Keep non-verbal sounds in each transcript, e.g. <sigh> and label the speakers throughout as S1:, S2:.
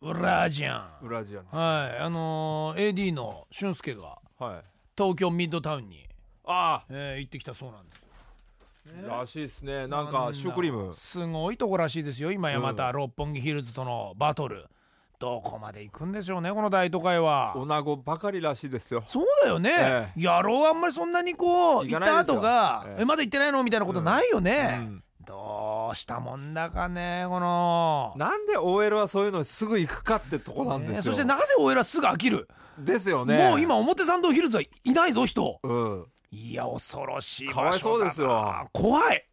S1: ラジアン
S2: 裏アジアンです、
S1: はいあのー AD の俊介が
S2: はい
S1: 東京ミッドタウンに、
S2: あ
S1: えー行ってきたそうなんです
S2: あらしいですねなんかシュークリーム
S1: すごいとこらしいですよ今やまた六本木ヒルズとのバトル、どこまで行くんでしょうねこの大都会は
S2: 女子ばかりらしいですよ
S1: そうだよね
S2: え、
S1: 野郎はあんまりそんなにこう
S2: 行
S1: 行
S2: か
S1: っ
S2: な
S1: た
S2: いですよ
S1: 後が、
S2: え
S1: え
S2: え
S1: まだ行ってないのみたいなことないよね、
S2: うん
S1: どうしたもんだかねこの
S2: なんで OL はそういうのすぐ行くかってとこなんですよ、
S1: ねそしてなぜ俺らすぐ飽きる、
S2: ですよね
S1: もう今表参道ヒルズはいないぞ人
S2: うん
S1: いや恐ろしい場所だな
S2: かわいそうですよ
S1: 怖い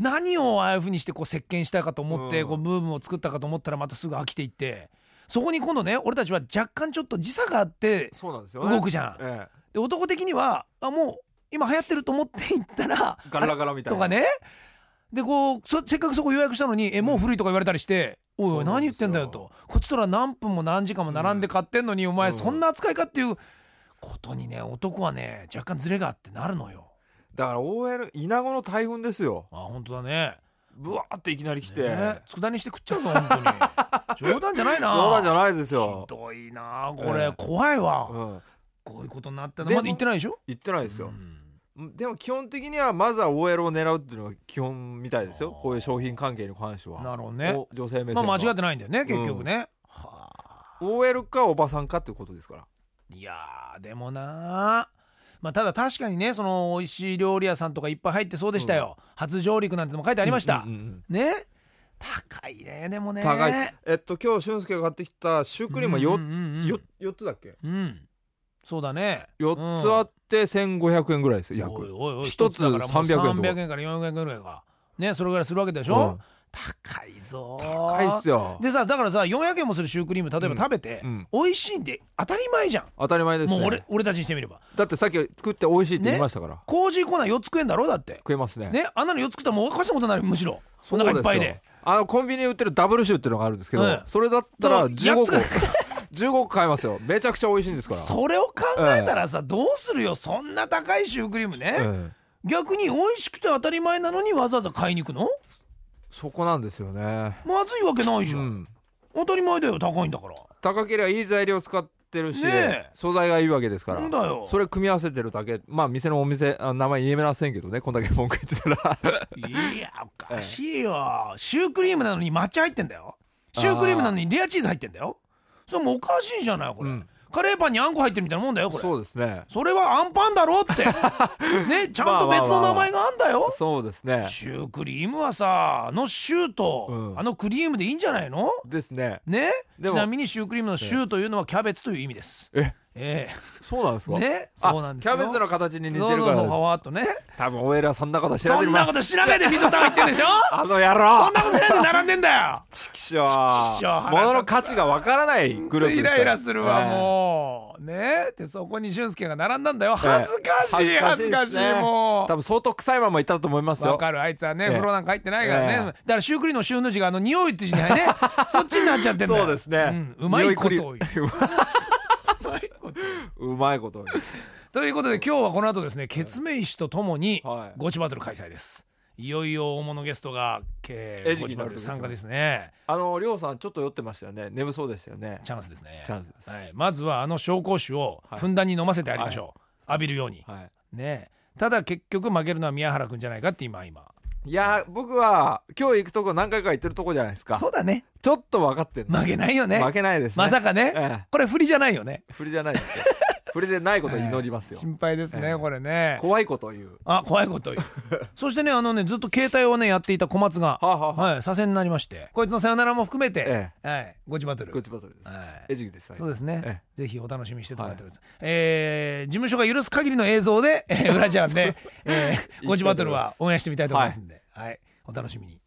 S1: 何をああいうふうにしてこう席巻したかと思って、
S2: うん
S1: こうムーブを作ったかと思ったらまたすぐ飽きていってそこに今度ね俺たちは若干ちょっと時差があって
S2: そうなんですよ、ね、
S1: 動くじゃん。
S2: え
S1: で男的にはあもう今流行ってると思っていったら
S2: え、ガラガラ
S1: あ
S2: み
S1: れ
S2: た
S1: と
S2: いな
S1: かねでこうそせっかくそこ予約したのにえもう古いとか言われたりして。おいおい
S2: そうなん
S1: 何
S2: です
S1: 言って
S2: よ
S1: んだよとこっちとら何分も何時間も並んで買ってんのに、お前
S2: うん
S1: そんな扱いかっていうことにね男はね若干ズレがあってなるのよ
S2: だから OL 稲子の大群ですよ
S1: あ本当だね
S2: ブワーっていきなり来て、
S1: ね佃煮して食っちゃうぞ本当
S2: <laughs>
S1: に冗談じゃないな
S2: 冗談じゃ
S1: い
S2: ないです
S1: ひ
S2: よ、
S1: どいなこれ、
S2: ええ
S1: 怖いわ、
S2: うん、
S1: こういうことになったの
S2: でも
S1: まだ言ってないでしょ
S2: 言ってないです
S1: う
S2: よ、
S1: ん
S2: でも基本的にはまずは OL を狙うっていうのが基本みたいですよ
S1: あー
S2: こういう商品関係に関しては
S1: なるほどね
S2: お女性目線
S1: ま
S2: は
S1: あ間違ってないんだよね結局ね、はあ
S2: OL かおばさんかっていうことですから
S1: いやーでもなーまあただ確かにねその美味しい料理屋さんとかいっぱい入ってそうでしたよ、初上陸なんてのも書いてあ
S2: あ
S1: りました、
S2: うんうんうん
S1: ね高いねでもね
S2: 高いえっと今日俊介が買ってきたシュークリームは
S1: う
S2: よ
S1: んうんうん
S2: よ4つだっけ
S1: うんそうだね
S2: 4つあって1500円ぐらいですよ
S1: おい
S2: 約
S1: おいおい
S2: 一つ
S1: だからもう
S2: 300円とか
S1: 300円から400円ぐらいかねそれぐらいするわけでし
S2: う
S1: ょ
S2: ん
S1: 高いぞー
S2: 高いっすよ
S1: でさだからさ400円もするシュークリーム例えば食べて、
S2: うん
S1: 美味しいんで当たり前じゃん、
S2: 当たり前です
S1: もう
S2: ね
S1: 俺俺たちにしてみれば
S2: だってさっき食って美味しいって言いましたから
S1: コージーコーナー4つ食えんだろだって
S2: 食えますね
S1: ねあんなの4つ食ったらもうおかしたことになるよむしろ
S2: そ
S1: お
S2: うです
S1: 腹
S2: よ
S1: いっぱいで
S2: あのコンビニで売ってるダブルシューっていうのがあるんですけど、
S1: うん
S2: それだったら15個
S1: だから8
S2: 15個買えますよめちゃくちゃ美味しいんですから
S1: それを考えたらさ、どうするよそんな高いシュークリームね、
S2: うん
S1: 逆に美味しくて当たり前なのにわざわざ買いに行くの
S2: そこなんですよね、
S1: まずいわけないじ
S2: う
S1: ゃん、
S2: ん、
S1: 当たり前だよ高いんだから
S2: 高ければいい材料使ってるし、
S1: ねえ
S2: 素材がいいわけですから
S1: なんだよ
S2: それ組み合わせてるだけまあ店のお店あ名前言えませんけどねこんだけ文句言
S1: <laughs>
S2: ってたら
S1: いやおかしいよシュークリームなのに抹茶入ってんだよシュークリームなのにレアチーズ入ってんだよそれもうおかしいじゃないこれ、
S2: うん
S1: カレーパンにあんこ入ってるみたいなもんだよこれ
S2: そうですね
S1: それはアンパンだろって
S2: <laughs>
S1: ねちゃんと別の名前があんだよ、
S2: そうですね
S1: シュークリームはさあのシューと、
S2: うん
S1: あのクリームでいいんじゃないの
S2: ですね
S1: ね
S2: で
S1: ち
S2: も
S1: なみにシュークリームのシューというのはキャベツという意味です
S2: え
S1: え
S2: そうなんです
S1: え
S2: か
S1: ね
S2: あ
S1: そうなんですよ
S2: キャベツの形に似て
S1: そう
S2: る
S1: そう
S2: から
S1: そうパワーっとね
S2: 多分お偉さんだから知ら
S1: そ
S2: れて
S1: ん
S2: る
S1: なこと知らないで水玉行ってんでしょ
S2: あの野
S1: そ
S2: 郎
S1: んなことしないで並んでんだよ
S2: ちきしょう物の価値がわからないグルー
S1: イ
S2: プですから
S1: ライラするわ、
S2: ええ
S1: もうねでそこに俊介が並んだんだよ恥ずかしい、
S2: ええ
S1: 恥ずかしい,、
S2: っすね
S1: も
S2: 多分相当臭いままいたと思います
S1: うわ
S2: よ
S1: かるあいつはね、
S2: ええ
S1: 風呂なんか入ってないからね、
S2: ええ
S1: だからシュークリームのシューの字があの匂いって字だ
S2: <laughs>
S1: よねそっちになっちゃってんだよ
S2: そうですね
S1: うんうまいことを言う
S2: 匂いクリ
S1: うまいこと
S2: <laughs> うまいことを言う
S1: ということで今日はこの後ですねケツメイシとともに
S2: はい
S1: ゴチバトル開催ですいよいよ大物ゲストがえ
S2: 餌
S1: ー
S2: 食
S1: ゴチ
S2: にな
S1: バ
S2: る
S1: トル参加ですね
S2: あのりょうさんちょっと酔ってましたよね眠そうでしたよね
S1: チャンスですね
S2: チャンスです
S1: はい、まずはあの紹興酒をふんだんに飲ませてやりましょう、浴びるように
S2: はい
S1: ねえただ結局負けるのは宮原君じゃないかって今今
S2: いやー僕は今日行くとこ何回か行ってるとこじゃないですか
S1: うだね
S2: ちょっと分かってんの
S1: 負けないよね
S2: 負けないですね
S1: まさかね、
S2: ええ
S1: これ振りじゃないよね
S2: 振りじゃないですよ振りでないことを祈りますよ
S1: 心配ですね、
S2: ええ
S1: これね
S2: 怖いことを言う
S1: あ怖いこと言う
S2: <laughs>
S1: そしてねあのねずっと携帯をねやっていた小松が、
S2: はあはあはあ
S1: はい、左遷になりましてこいつのさよならも含めて、
S2: え
S1: はい、ゴチバトル
S2: ゴチバトルです
S1: はい
S2: 餌食です
S1: そう
S2: で
S1: ですね、
S2: え
S1: ぜひお楽しみにしてもらいたいです、えー事務所が許す限りの映像
S2: <laughs>
S1: で、えー、ウラジャンで、えーゴチバトルはオンエアしてみたいと思いますんで、はい、お楽しみに。